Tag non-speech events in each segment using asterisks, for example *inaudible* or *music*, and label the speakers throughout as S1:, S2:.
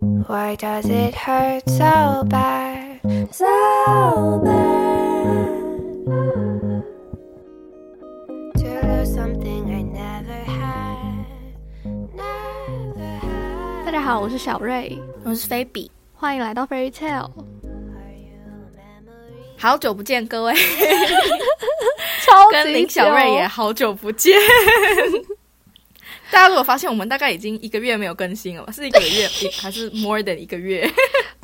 S1: Why does it hurt so bad? So bad. To lose something I never had. Never
S2: 大
S1: had.
S2: 家好，我是小瑞，
S3: 我是菲比，
S2: 欢迎来到 Fairy
S3: *laughs*
S2: Tale，
S1: Are you a memory?
S3: 好哦久不见各位，
S2: 超
S3: 跟林小瑞也好久不见。 *laughs* 大家如果发现我们大概已经一个月没有更新了吧，是一个月还是 more than 一个月？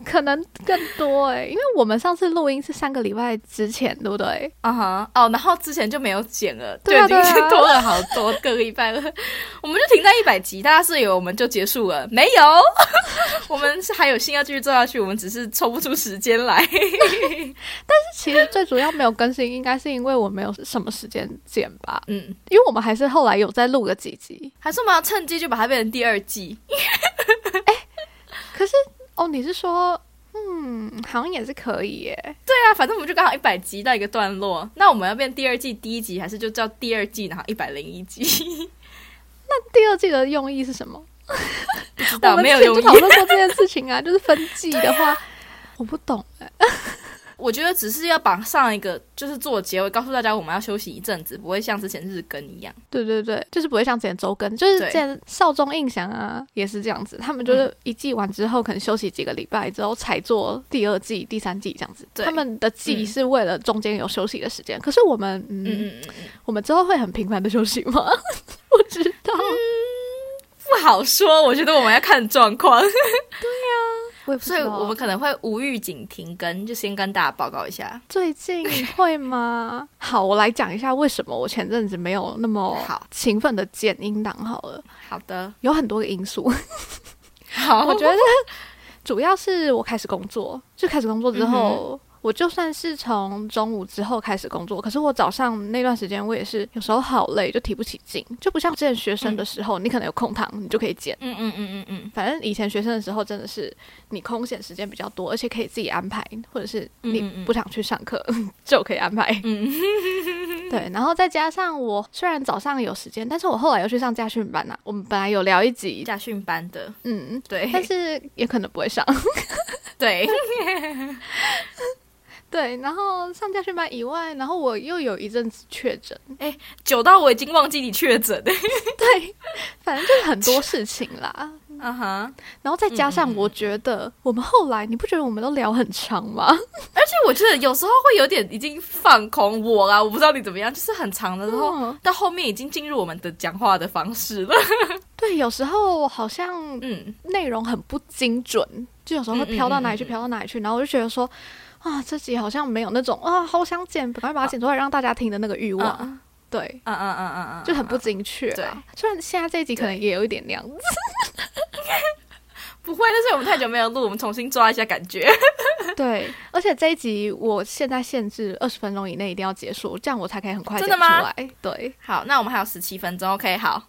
S2: 可能更多哎、因为我们上次录音是三个礼拜之前，对不对？
S3: 啊哈哦，然后之前就没有剪了，
S2: 对啊
S3: 就已经是
S2: 对啊
S3: 拖了好多个礼拜了。我们就停在一百集，大家是以为我们就结束了？没有，我们是还有 *laughs* 心要继续做下去，我们只是抽不出时间来。 *laughs*
S2: 其实最主要没有更新，应该是因为我没有什么时间剪吧，
S3: 嗯，
S2: 因为我们还是后来有再录个几集。
S3: 还是我们要趁机就把它变成第二季。
S2: 可是哦，你是说，嗯，好像也是可以耶。
S3: 对啊，反正我们就刚好一百集到一个段落。那我们要变第二季第一集，还是就叫第二季，然后一百零一 *laughs* 集？
S2: 第二季的用意是什么？
S3: 不知
S2: 我
S3: 道，
S2: 们
S3: 啊没
S2: 之
S3: 有
S2: 前就
S3: 用意
S2: 讨。论过这件事情啊，就是分季的话，
S3: *laughs*
S2: 我不懂哎、
S3: 我觉得只是要把上一个就是做结尾，告诉大家我们要休息一阵子，不会像之前日更一样。
S2: 对对对，就是不会像之前周更，就是
S3: 对嗯
S2: 之前少中印象啊，也是这样子。他们就是一季完之后，可能休息几个礼拜之后才做第二季、第三季这样子。
S3: 对
S2: 他们的季
S3: 嗯
S2: 是为了中间有休息的时间，可是我们，嗯，
S3: 嗯嗯嗯，嗯
S2: 我们之后会很频繁的休息吗？ *laughs* 不知道，
S3: 嗯不好说。我觉得我们要看状况，
S2: 我也不知
S3: *laughs* 所
S2: 道
S3: 以我们可能会无预警停更，就先跟大家报告一下。
S2: 最近
S3: *laughs*
S2: 会吗？好，我来讲一下为什么我前阵子没有那么
S3: 好
S2: 勤奋的剪音档好了，
S3: 好的，
S2: 有很多个因素。
S3: 好，
S2: 我觉得主要是我开始工作，就开始工作之
S3: 嗯
S2: 后，我就算是从中午之后开始工作，可是我早上那段时间我也是有时候好累，就提不起劲，就不像之前学生的时
S3: 嗯
S2: 候，你可能有空堂你就可以剪。
S3: 嗯嗯嗯嗯嗯，
S2: 反正以前学生的时候，真的是你空闲时间比较多，而且可以自己安排，或者是你
S3: 嗯嗯嗯
S2: 不想去上课 *laughs* 就可以安排。
S3: 嗯
S2: *laughs* 对，然后再加上我虽然早上有时间，但是我后来又去上家训班啊呐、我们本来有聊一集，
S3: 家训班的，
S2: 嗯，
S3: 对
S2: 但是也可能不会上。
S3: *laughs* 对，
S2: 对，然后上家训班以外，然后我又有一阵子确诊，
S3: 久到我已经忘记你确 *laughs* 诊了。
S2: 对，反正就是很
S3: *laughs*
S2: 多事情啦。
S3: 嗯哼。
S2: 然后再加
S3: 嗯
S2: 上，我觉得我们后来，你不觉得我们都聊很长吗？
S3: 而且我觉得有时候会有点已经放空我啊啦，我不知道你怎么样，就是很长的时候，
S2: 嗯
S3: 到后面已经进入我们的讲话的方式了。
S2: *laughs* 对，有时候好像
S3: 嗯，
S2: 内容很不精准，就有时候会飘到哪里去，
S3: 嗯嗯嗯嗯
S2: 飘到哪里去。然后我就觉得说，啊，这集好像没有那种啊，好想剪，赶快把它剪出来让大家听的那个欲望。
S3: 嗯
S2: 对，
S3: 嗯嗯嗯嗯嗯，
S2: 就很不精确
S3: 对
S2: 啊。虽然现在这一集可能也有一点那样子，
S3: 不会，但是我们太久没有录，我们重新抓一下感觉。 *laughs*
S2: *laughs* 对，而且这一集我现在限制二十分钟以内一定要结束，这样我才可以很快
S3: 真
S2: 剪
S3: 的
S2: 出
S3: 吗
S2: 来。对，
S3: 好，那我们还有十七分钟，OK，好，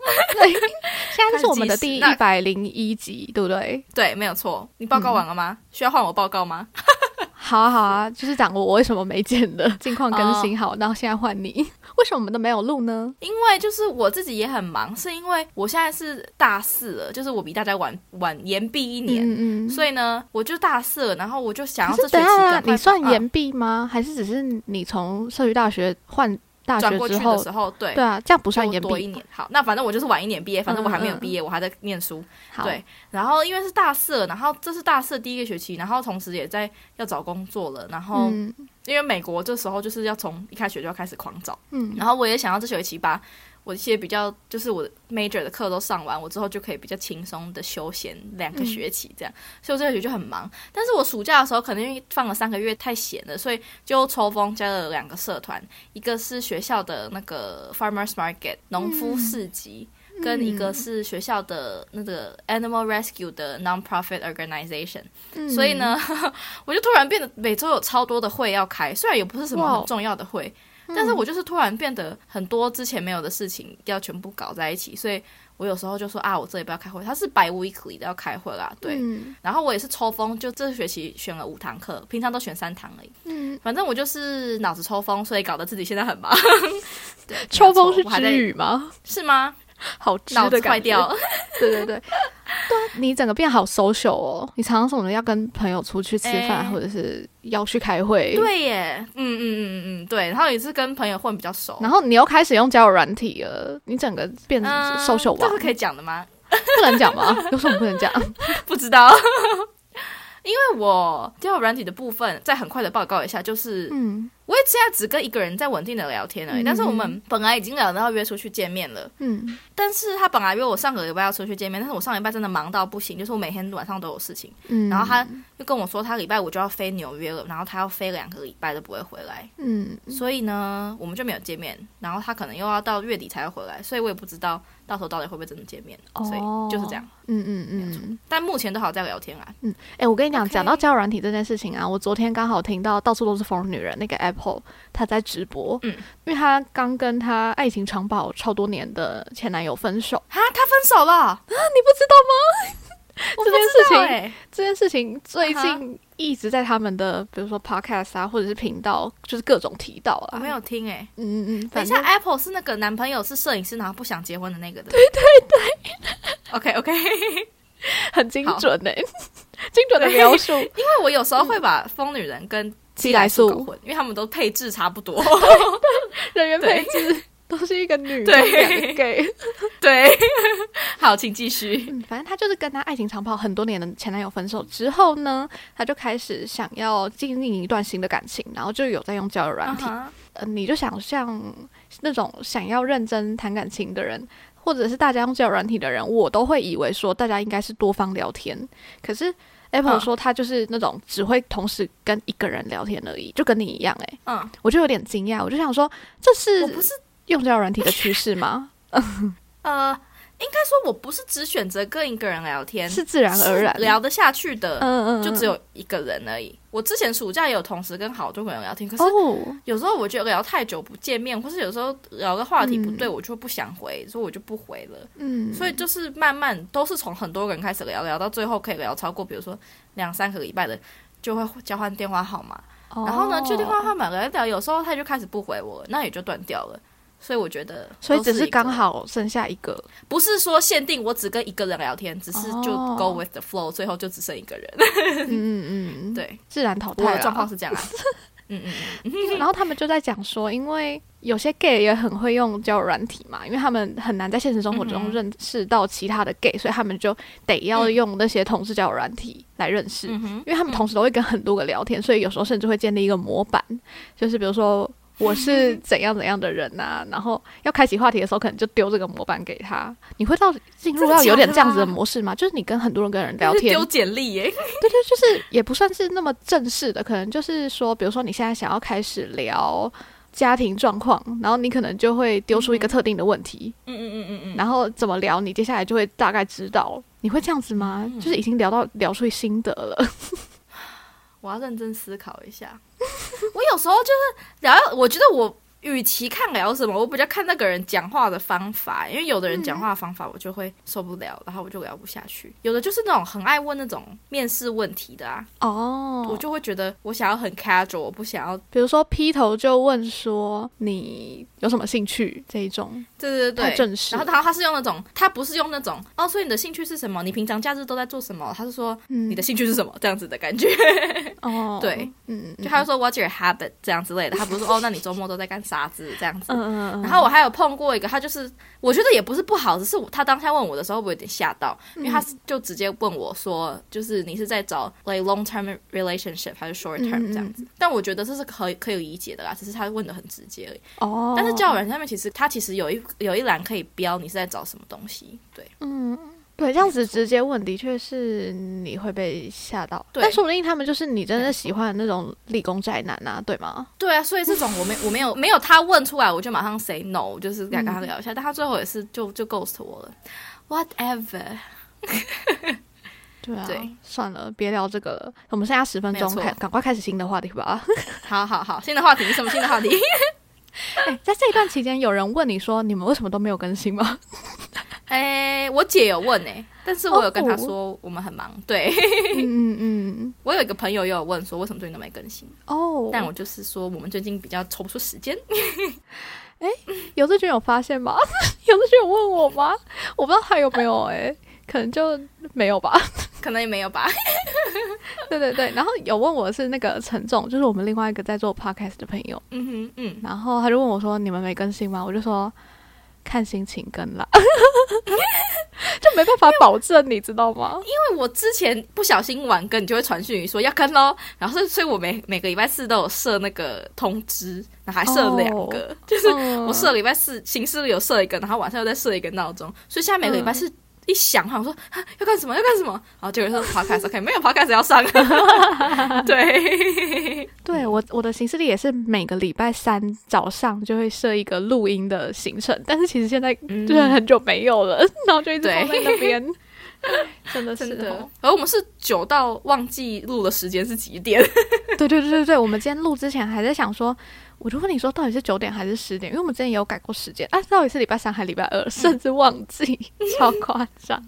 S2: 现在是我们的第
S3: 开
S2: 一
S3: 始计
S2: 百零一集，对不对？
S3: 对，没有错。你报告
S2: 嗯
S3: 完了吗？需要换我报告吗？
S2: 好啊好啊，就是讲我为什么没剪
S3: *laughs*
S2: 的，近况更新好，然后现在换你，为什么我们都没有录呢？
S3: 因为就是我自己也很忙，是因为我现在是大四了，就是我比大家晚晚延毕一年，
S2: 嗯嗯。
S3: 所以呢，我就大四了，然后我就想要
S2: 可是
S3: 这学
S2: 等一
S3: 期
S2: 下啊
S3: 赶，快
S2: 你算
S3: 把
S2: 延毕吗？还是只是你从社区大学换大学
S3: 嗯转过去
S2: 之
S3: 的
S2: 后？
S3: 时候，对
S2: 对。啊，这样不算
S3: 多
S2: 延
S3: 多一
S2: 毕。
S3: 年。好，那反正我就是晚一年毕业，反正我还没有
S2: 嗯嗯
S3: 毕业，我还在念书。
S2: 好，
S3: 对，然后因为是大四了，然后这是大四第一个学期，然后同时也在要找工作了，然后
S2: 嗯
S3: 因为美国这时候就是要从一开学就要开始狂找，
S2: 嗯，
S3: 然后我也想要这学期把我一些比较就是我 major 的课都上完，我之后就可以比较轻松的休闲两个学期这样，所以我这个学期就很忙。但是我暑假的时候可能因为放了三个月太闲了，所以就抽风加了两个社团，一个是学校的那个 farmers market 农夫市集。跟一个是学校的那个 Animal Rescue 的 non-profit organization，、
S2: 嗯
S3: 所以，呢， *laughs* 我就突然变得每周有超多的会要开，虽然也不是什么
S2: 哇
S3: 很
S2: 哦
S3: 重要的会，
S2: 嗯
S3: 但是我就是突然变得很多之前没有的事情要全部搞在一起，所以我有时候就说啊，我这里不要开会，它是 bi weekly 的要开会啦，对。
S2: 嗯
S3: 然后我也是抽风，就这学期选了五堂课，平常都选三堂而已。
S2: 嗯，
S3: 反正我就是脑子抽风，所以搞得自己现在很忙。 *laughs* 对，没有
S2: 抽风
S3: 错
S2: 是
S3: 我还
S2: 之
S3: 在
S2: 语吗？
S3: 是吗？
S2: 好知
S3: 脑
S2: 的
S3: 子
S2: 感
S3: 坏
S2: 觉 *laughs*
S3: 掉，
S2: 对对对，对啊你整个变好 social 哦，你常常什么要跟朋友出去吃饭，
S3: 哎
S2: 或者是要去开会，，
S3: *laughs* 对耶，嗯嗯嗯嗯嗯，对。然后也是跟朋友混比较熟，
S2: 然后你又开始用交友软体了，你整个变成
S3: 嗯
S2: social
S3: 这
S2: 网，
S3: 是可以讲的吗？ *laughs*
S2: 不能讲吗？有什么不能讲？
S3: 不知道， *laughs* 因为我交友软体的部分，再很快的报告一下，就是
S2: 嗯
S3: 我也现在只跟一个人在稳定的聊天而已。
S2: 嗯
S3: 但是我们本来已经聊到约出去见面了，
S2: 嗯，
S3: 但是他本来约我上个礼拜要出去见面，但是我上礼拜真的忙到不行，就是我每天晚上都有事情。
S2: 嗯，
S3: 然后他又跟我说他礼拜五就要飞纽约了，然后他要飞两个礼拜都不会回来，
S2: 嗯，
S3: 所以呢，我们就没有见面。然后他可能又要到月底才会回来，所以我也不知道到时候到底会不会真的见面，所以就是这样。
S2: 嗯嗯嗯，
S3: 但目前都好在聊天啊，
S2: 哎、我跟你讲，
S3: OK
S2: 讲到交友软体这件事情啊，我昨天刚好听到到处都是疯女人那个 Apple，她在直播，
S3: 嗯，
S2: 因为她刚跟她爱情长跑超多年的前男友分手，
S3: 啊，他分手了，
S2: 你不知道吗？ *laughs*
S3: 我
S2: 这
S3: 不
S2: 件
S3: 知道
S2: 事情
S3: 哎、
S2: 这件事情最
S3: 啊
S2: 近一直在他们的，比如说 podcast 啊，或者是频道，就是各种提到
S3: 我
S2: 啦。
S3: 没有听哎、
S2: 嗯，嗯嗯，啊
S3: 等
S2: 反
S3: 一
S2: 正
S3: 下，Apple 是那个男朋友是摄影师，然后不想结婚的那个的。对对对。OK OK，因 *laughs*
S2: 很精
S3: 好
S2: 准呢、欸 *laughs* 精准的描述。
S3: 为我有时候会把疯女人跟
S2: *laughs* 寄来
S3: 素搞
S2: 素
S3: 混，因为他们都配置差不多。
S2: *laughs* 人员配
S3: 对
S2: 置都是一个女的
S3: 对
S2: 两个 gay。 *laughs*
S3: 对， *laughs* 好，请继续。
S2: 嗯，反正她就是跟她爱情长跑很多年的前男友分手之后呢，她就开始想要经营一段新的感情，然后就有在用交友软体。
S3: 啊哈
S2: 呃，你就想像那种想要认真谈感情的人，或者是大家用交友软体的人，我都会以为说大家应该是多方聊天。可是 Apple
S3: 嗯
S2: 说他就是那种只会同时跟一个人聊天而已，就跟你一样哎、
S3: 嗯，
S2: 我就有点惊讶，我就想说这
S3: 我不
S2: 是
S3: 是
S2: 用交友软体的趋势
S3: *laughs*
S2: 吗？
S3: 呃，应该说我不是只选择跟一个人聊天，
S2: 是自然而然
S3: 是聊得下去的，
S2: 嗯嗯，
S3: 就
S2: 嗯
S3: 只有一个人而已。我之前暑假也有同时跟好多个人聊天，可是
S2: 哦，
S3: 有时候我觉得聊太久不见面，或是有时候聊的话题不对，
S2: 嗯
S3: 我就不想回，所以我就不回了。
S2: 嗯，
S3: 所以就是慢慢都是从很多人开始聊，聊到最后可以聊超过，比如说两三个礼拜的，就会交换电话号码。然后呢，就电话
S2: 哦
S3: 号码聊一聊，有时候他就开始不回我了，那也就断掉了。所以我觉得，
S2: 所以只
S3: 是
S2: 是
S3: 一个
S2: 刚，好剩下一个，
S3: 不是说限定我只跟一个人聊天，只是就
S2: 哦
S3: go with the flow，最后就只剩一个人。 *laughs*
S2: 嗯嗯嗯，嗯，
S3: 对，
S2: 自然淘
S3: 我
S2: 汰
S3: 的
S2: 啦
S3: 状况是这样 *laughs* 啊。嗯嗯嗯，
S2: 然后他们就在讲说，因为有些 gay 也很会用交友软体嘛，因为他们很难在现实生活
S3: 嗯
S2: 中
S3: 哼
S2: 认识到其他的 gay，所以他们就得要
S3: 嗯
S2: 用那些同事交友软体来认识，
S3: 嗯哼 *laughs*
S2: 因为他们同时都会跟很多个聊天，所以有时候甚至会建立一个模板，就是比如说。我
S3: *laughs*
S2: 是怎样怎样的人呐、然后要开启话题的时候，可能就丢这个模板给他。你会到进入
S3: 真的
S2: 到有点
S3: 假
S2: 这
S3: 的
S2: 样子的
S3: 啊
S2: 模式吗？就是你跟很多人跟人聊
S3: 就是
S2: 天，
S3: *laughs* 丢简历耶。
S2: 对对，就是也不算是那么正式的，可能就是说，比如说你现在想要开始聊家庭状况，然后你可能就会丢出一个特定的问题，
S3: 嗯嗯嗯嗯嗯。
S2: 然后怎么聊，你接下来就会大概知道。你会这样子吗？
S3: 嗯
S2: 就是已经聊到聊出心得了。 *laughs*
S3: 我要认真思考一下。我有时候就是聊，我觉得我与其看聊什么，我比较看那个人讲话的方法，因为有的人讲话的方法我就会受不了，然后我就聊不下去。有的就是那种很爱问那种面试问题的啊，
S2: 哦
S3: 我就会觉得我想要很 casual，我不想要。
S2: 比如说劈头就问说你有什么兴趣这一种，
S3: 对对
S2: 太
S3: 对。
S2: 正式了。
S3: 然后，然后他是用那种，他不是用那种哦，所以你的兴趣是什么？你平常假日都在做什么？他是说
S2: 嗯
S3: 你的兴趣是什么？这样子的感觉，
S2: 哦，
S3: 对，
S2: 嗯，嗯
S3: 就他会说 What's your habit 这样之类的。他不是说哦，那你周末都在干啥子这样子。
S2: 嗯嗯嗯，
S3: 然后我还有碰过一个，他就是我觉得也不是不好，只是我他当下问我的时候，我有点吓到，因
S2: 嗯
S3: 为他是就直接问我说，就是你是在找 like long term relationship 还是 short
S2: 嗯
S3: term 这样子？但我觉得这是可以可以理解的啦，只是他问的很直接而已。
S2: 哦，
S3: 但是交友软件上面其实他其实有一有一栏可以标你是在找什么东西，对
S2: 嗯，对，这样子直接问，的确是你会被吓到。
S3: 对
S2: 但说不定他们就是你真
S3: 没
S2: 的喜欢的那种理工宅男啊，对吗？
S3: 对啊，所以这种我没我没有没有他问出来，我就马上 say no，就是跟
S2: 嗯
S3: 他聊一下，但他最后也是就就 ghost 我了，whatever。
S2: 对啊，
S3: 对
S2: 算了，别聊这个了。我们剩下十分
S3: 没有
S2: 钟，
S3: 错
S2: 开赶快开始新的话题吧。 *laughs*
S3: 好好好，新的话题，什么新的话题？
S2: 哎在这一段期间，有人问你说你们为什么都没有更新吗？
S3: 哎、我姐有问哎、但是我有跟她说我们很忙。对
S2: *laughs*
S3: *laughs*
S2: 嗯嗯嗯，
S3: 我有一个朋友也有问说为什么最近都没更新，
S2: *laughs* 哦，
S3: 但我就是说我们最近比较抽不出时间。 *laughs*
S2: *laughs* 游志军有发现吗？游志军有问我吗？我不知道他有没有哎、可能就没有吧。 *laughs*
S3: 可能也没有吧。
S2: 对对对，然后有问我是那个陈总，就是我们另外一个在做 podcast 的朋友，
S3: *laughs* 嗯哼，嗯，
S2: 然后他就问我说：“你们没更新吗？”我就说：“看心情更啦， *laughs* 就没办法保证，你知道吗？
S3: 因为我之前不小心晚更，你就会传讯息说要跟喽，然后所以所以我每每个礼拜四都有设那个通知，然后还设两个，就是
S2: 嗯
S3: 我设礼拜四行事历有设一个，然后晚上又再设一个闹钟，所以现在每个礼拜
S2: 嗯
S3: 四一响，好像说啊要干什么要干什么，然后结果说 podcast OK 没有 podcast 要上，
S2: *laughs*
S3: 对，
S2: 对我我的行事历也是每个礼拜三早上就会设一个录音的行程，但是其实现在
S3: 嗯
S2: 就是很久没有了， *laughs* 然后就一直放在
S3: 对
S2: 那边，
S3: *laughs*
S2: 真的是
S3: 真
S2: 哦
S3: 的，而我们是久到忘记录的时间是几点，
S2: 对对对对对，我们今天录之前还在想说，我就问你说到底是九点还是十点，因为我们之前也有改过时间啊，到底是礼拜三还是礼拜
S3: 嗯
S2: 二，甚至忘
S3: *laughs*
S2: 记，超夸张。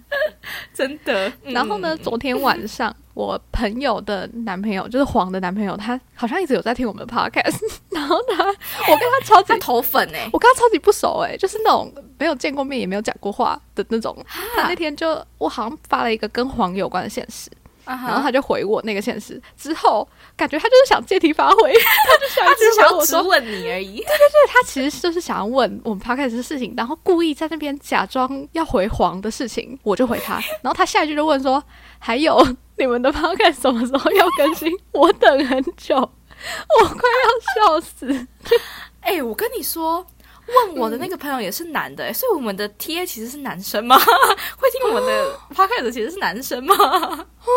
S3: 真的。
S2: 然后呢，
S3: 嗯
S2: 昨天晚上我朋友的男朋友，就是黄的男朋友，他好像一直有在听我们的 podcast，然 *laughs* 后他我跟他超级
S3: 他投粉哎、
S2: 我跟他超级不熟哎、就是那种没有见过面也没有讲过话的那种。他那天就我好像发了一个跟黄有关的现实，
S3: 啊
S2: 然后
S3: 哈。
S2: 他就回我那个现实之后，感觉他就是想借题发挥， *laughs* 他就想一
S3: 他只是
S2: 直
S3: 想
S2: 回
S3: 要
S2: 我
S3: 质
S2: 说，
S3: 问你而已。
S2: 对，他其实就是想要问我们 podcast 的事情，然后故意在那边假装要回黄的事情，我就回他，然后他下一句就问说，还有你们的 podcast 什么时候要更新？我等很久，我快要笑死。
S3: 哎、我跟你说，问我的那个朋友也是男的、欸，所以我们的 T A 其实是男生吗？ *laughs* 会听我们的 p o d c a s 其实是男生吗？哦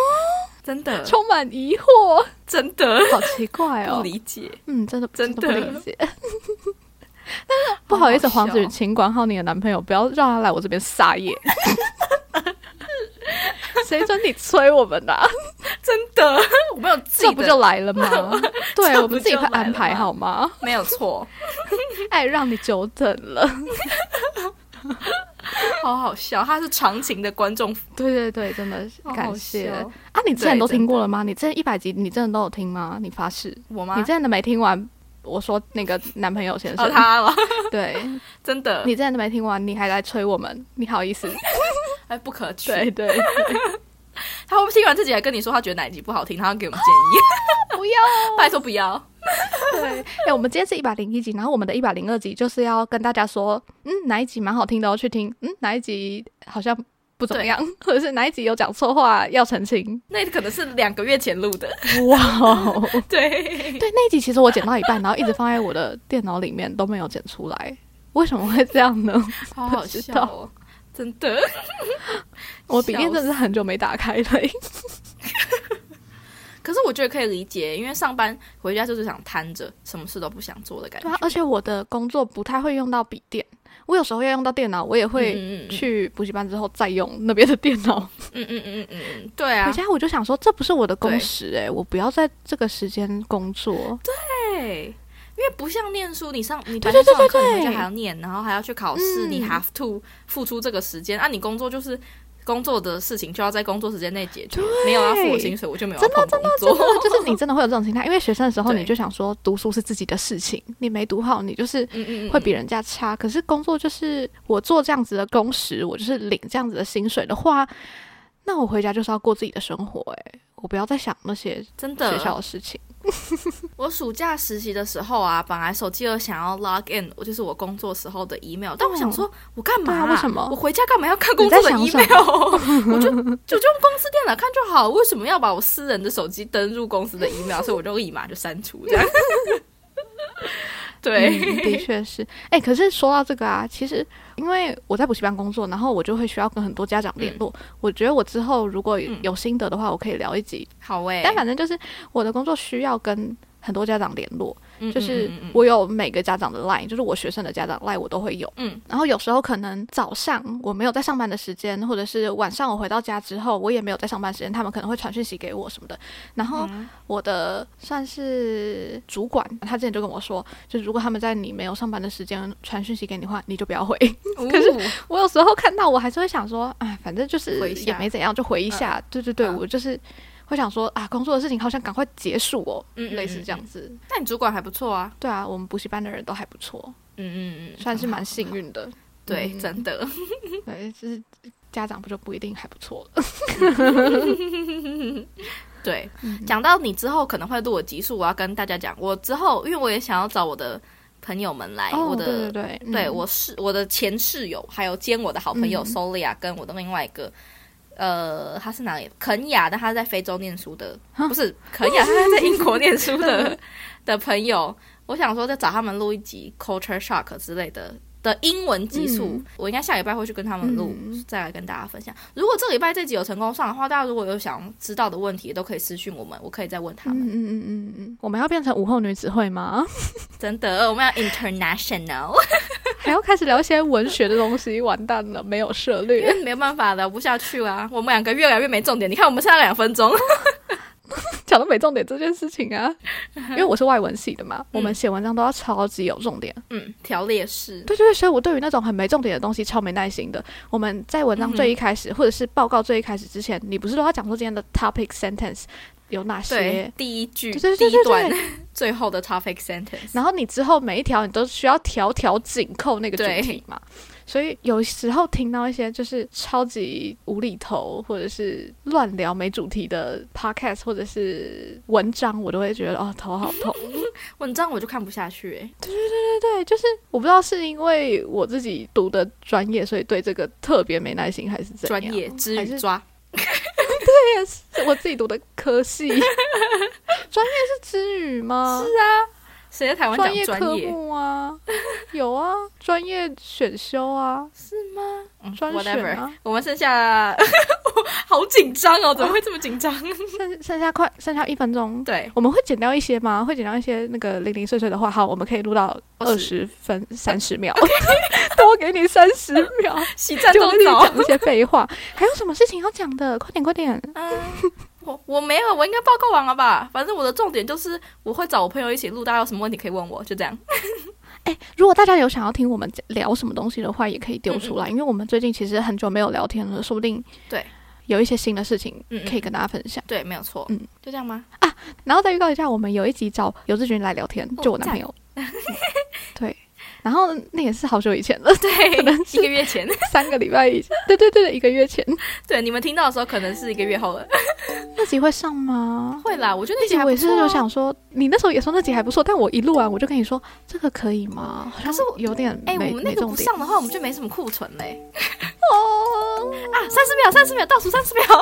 S3: 真的，
S2: 充满疑惑，
S3: 真的
S2: 好奇怪哦，
S3: 不理解。
S2: 嗯，真的
S3: 真
S2: 的不
S3: 的
S2: 理解。但是不好意思，
S3: 好
S2: 黄
S3: 好笑哦
S2: 子宇，请管好你的男朋友，不要让他来我这边撒野。 *laughs* 谁准你催我们的、啊？
S3: 真的，我没有自
S2: 这
S3: 己
S2: 不
S3: 的，
S2: 就来了
S3: *laughs*
S2: 吗？对
S3: 这
S2: 我
S3: 不
S2: 们自己
S3: 就
S2: 会
S3: 来
S2: 安
S3: 了
S2: 排
S3: 吗
S2: 好
S3: *laughs*
S2: 吗？
S3: 没有错，
S2: 哎，让你久等了。
S3: 好好笑。他是长情的观众，
S2: 对对对，真的是
S3: 哦好好
S2: 感谢
S3: 笑
S2: 啊！你之前
S3: 对
S2: 都
S3: 真
S2: 听过了吗？你之前一百集你真的都有听吗？你发誓？
S3: 我
S2: 你
S3: 吗
S2: 之？前的没听完，我说那个男朋友先生，
S3: 哦，他了， *laughs*
S2: 对
S3: 真的，
S2: 你之前都没听完，你还来催我们，你好意思？
S3: *laughs* 哎，不可取。
S2: 对对，对
S3: 他会不会听完自己还跟你说他觉得哪一集不好听，他要给我们建议？ *laughs*
S2: 不要。
S3: 拜托不要。
S2: *laughs* 对，哎、我们今天是一百零一集，然后我们的一百零二集就是要跟大家说，嗯，哪一集蛮好听的哦，去听，嗯，哪一集好像不怎么样，或者是哪一集有讲错话要澄
S3: *laughs*
S2: 清。
S3: 那可能是两个月前录 *laughs* 的，
S2: 哇哦，
S3: 对，
S2: *laughs* 对，那一集其实我剪到一半，然后一直放在我的电脑里面都没有剪出来，为什么会这样 *laughs* 呢？
S3: 好
S2: 好
S3: 好
S2: 笑
S3: 笑
S2: 哦
S3: 哦，真的。 *laughs*
S2: 我笔电真的是很久没打开了。
S3: 可是我觉得可以理解，因为上班回家就是想瘫着，什么事都不想做的感觉
S2: 对。啊，而且我的工作不太会用到笔电，我有时候要用到电脑，我也会
S3: 嗯嗯嗯
S2: 去补习班之后再用那边的电脑。
S3: 嗯嗯嗯嗯嗯嗯，对啊
S2: 回，家我就想说，这不是我的工
S3: 对
S2: 时哎、我不要在这个时间工作。
S3: 对。因为不像念书，你上你
S2: 对
S3: 白天
S2: 对
S3: 上
S2: 对
S3: 完课，你回
S2: 对
S3: 家还要念，然后还要去考试，
S2: 嗯
S3: 你 have to 付出这个时间。啊，你工作就是工作的事情，就要在工作时间内解决，没有要付我薪水，我就没有要碰工
S2: 真的
S3: 作。
S2: 就是你真的会有这种心态，因为学生的时候
S3: *laughs* 对
S2: 你就想说读书是自己的事情，你没读好你就是
S3: 嗯嗯嗯，
S2: 会比人家差。可是工作就是我做这样子的工时，我就是领这样子的薪水的话，那我回家就是要过自己的生活、哎，我不要再想那些
S3: 真的
S2: 学校的事情。
S3: 我暑假实习的时候啊，本来手机有想要 log in，我就是我工作时候的 email，但我想说，我干嘛、
S2: 哦对啊为什么
S3: 我回家干嘛要看工作的
S2: 你在想
S3: email？我 *laughs* 就就就用公司电脑看就好，为什么要把我私人的手机登入公司的
S2: *laughs*
S3: email？所以我就立马就删除这样。 *laughs*
S2: 嗯
S3: 对，
S2: 的确是。哎、可是说到这个啊，其实因为我在补习班工作，然后我就会需要跟很多家长联络。我觉得我之后如果
S3: 嗯
S2: 有心得的话，我可以聊一集。
S3: 好欸诶、
S2: 但反正就是我的工作需要跟很多家长联络，
S3: 嗯
S2: 就是
S3: 嗯嗯嗯
S2: 我有每个家长的 line，就是我学生的家长 line 我都会有。
S3: 嗯，
S2: 然后有时候可能早上我没有在上班的时间，或者是晚上我回到家之后我也没有在上班时间，他们可能会传讯息给我什么的。然后
S3: 嗯
S2: 我的算是主管，他之前就跟我说，就如果他们在你没有上班的时间传讯息给你的话，你就不要回。 *laughs* 可是
S3: 哦
S2: 我有时候看到我还是会想说，哎，反正就是
S3: 回一
S2: 也
S3: 下
S2: 没怎样，就回一下。对对对，
S3: 嗯
S2: 我就是会想说啊，工作的事情好想赶快结束哦，
S3: 嗯嗯
S2: 类似这样子。
S3: 那你主管还不错啊，
S2: 对啊，我们补习班的人都还不错，
S3: 嗯嗯嗯，
S2: 算是蛮幸运的。
S3: 对，
S2: 嗯
S3: 真的，
S2: 对，就是家长不就不一定还不错了。
S3: 对，
S2: 嗯
S3: 讲到你之后可能会录的集数，我要跟大家讲，我之后因为我也想要找我的朋友们来，
S2: 哦，
S3: 我
S2: 对对
S3: 的
S2: 对，嗯
S3: 对我室我的前室友，还有兼我的好朋友
S2: 嗯
S3: Solia，、跟我的另外一个，呃，他是哪里？肯雅，但他在非洲念书的，不是肯雅，他是在英国念书
S2: *laughs*
S3: 的的朋友。我想说，再找他们录一集 Culture Shock 之类的的英文集数，
S2: 嗯
S3: 我应该下礼拜会去跟他们录，
S2: 嗯
S3: 再来跟大家分享。如果这礼拜这集有成功上的话，大家如果有想知道的问题，都可以私讯我们，我可以再问他
S2: 嗯
S3: 们。
S2: 嗯嗯嗯嗯，我们要变成午后女子会吗？ *laughs*
S3: 真的，我们要 international。
S2: 还要开始聊一些文学的东西，完蛋了，没有涉 *laughs*
S3: 因
S2: 略，
S3: 为没有办法聊不下去啦、我们两个越来越没重点。你看，我们现在两分
S2: *laughs*
S3: 钟，
S2: 讲到没重点这件事情 *laughs* 啊。因为我是外文系的嘛，我们写文章都要超级有重点。
S3: 嗯，条列式，
S2: 对对对，所以我对于那种很没重点的东西超没耐心的。我们在文章最一开始，或者是报告最一开始之前，你不是都要讲说今天的 topic sentence 有哪些
S3: 对，？第一句，
S2: 对对对
S3: 第一
S2: 对
S3: 段
S2: 对，，
S3: 最后的 topic sentence，
S2: 然后你之后每一条你都需要条条紧扣那个主
S3: 对
S2: 题嘛。所以有时候听到一些就是超级无厘头或者是乱聊没主题的 podcast 或者是文章，我都会觉得哦头好
S3: *laughs*
S2: 痛。
S3: 文章我就看不下去、欸，
S2: 对，就是我不知道是因为我自己读的专业，所以对这个特别没耐心，还是怎样？
S3: 专业之
S2: 还
S3: 语
S2: 是
S3: 抓，
S2: 是我自己读的科
S3: *laughs*
S2: 系，专业是知语吗？是
S3: 谁在台湾
S2: 专
S3: 讲
S2: 业
S3: 专
S2: 科
S3: 业？
S2: 目啊，有啊，专业选修啊，
S3: 嗯
S2: 专选
S3: whatever，
S2: *laughs* 啊，
S3: 我们剩下 *laughs* 好紧张哦，怎么会这么
S2: *laughs*
S3: 紧张？
S2: 剩剩下快剩下一分钟，
S3: 对，
S2: 我们会剪掉一些吗？会剪掉一些那个零零碎碎的话，好，我们可以录到二十分三十秒， *laughs* 多给你三十秒，
S3: 洗战
S2: 就
S3: 斗 *laughs*
S2: 跟你
S3: 澡。
S2: 讲一些废话。还有什么事情要讲的？快点，快点！
S3: 嗯，我我没有，我应该报告完了吧？反正我的重点就是我会找我朋友一起录，大家有什么问题可以问我，就这样。
S2: 哎，如果大家有想要听我们讲聊什么东西的话，也可以丢出来，因为我们最近其实很久没有聊天了，说不定
S3: 对
S2: 有一些新的事情
S3: 嗯嗯
S2: 可以跟大家分享。
S3: 对，没有错，
S2: 嗯
S3: 就这样吗？
S2: 然后再预告一下，我们有一集找游志军来聊天，
S3: 哦
S2: 就我男朋友。对，然后那也是好久以前了，
S3: *laughs* 对，一个月前，
S2: 三个礼拜以前，对对对，对一个月前。
S3: *laughs* 对，你们听到的时候可能是一个月后了。
S2: 那集会上吗？
S3: *laughs* 会啦，我觉得
S2: 那
S3: 那
S2: 集
S3: 集还
S2: 我
S3: 不
S2: 也是
S3: 错、
S2: 有
S3: 啊。
S2: 想说，你那时候也说那集还不错，但我一录完我就跟你说，这个可以吗？好像
S3: 可是我
S2: 有点没
S3: 哎、我们那
S2: 没
S3: 个
S2: 重
S3: 不
S2: 点
S3: 上的话，我们就没什么库存 *laughs* 嘞。
S2: 哦。
S3: 啊，三十秒，三十秒，倒数三十秒。 *laughs*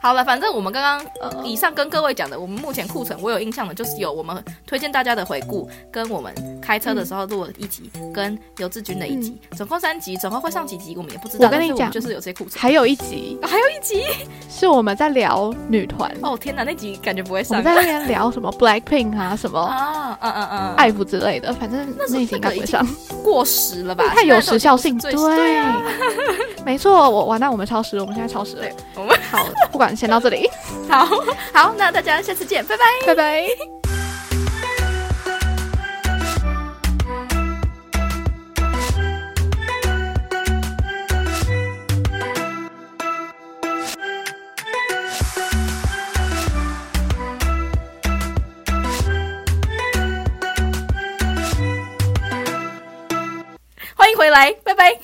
S3: 好了，反正我们刚刚
S2: 呃
S3: 以上跟各位讲的，我们目前库存我有印象的，就是有我们推荐大家的回顾，跟我们开车的时候录的一集，跟刘志军的一集，总共三集，总共会上几集嗯我们也不知道。
S2: 我跟你
S3: 但是们
S2: 讲
S3: 就是有这些库存。
S2: 还有一集
S3: 哦还有一集
S2: 是我们在聊女团，
S3: 哦，天哪，那集感觉不会
S2: 我
S3: 上
S2: 们在那边聊什么 Blackpink 啊，什么
S3: 啊，嗯嗯嗯，
S2: 爱抚之类的，反正
S3: 那是
S2: 那一集应该不会上，
S3: 过时了吧？
S2: 太有时效性。
S3: 现在都已经不是最对啊，
S2: *laughs* 没错，我完蛋，我们超时了，我们现在超时了
S3: 对。，我们
S2: 好，不管先到这里，
S3: 好 *laughs* 好，那大家下次见，拜拜。
S2: 拜拜。
S3: 欢迎回来，拜拜。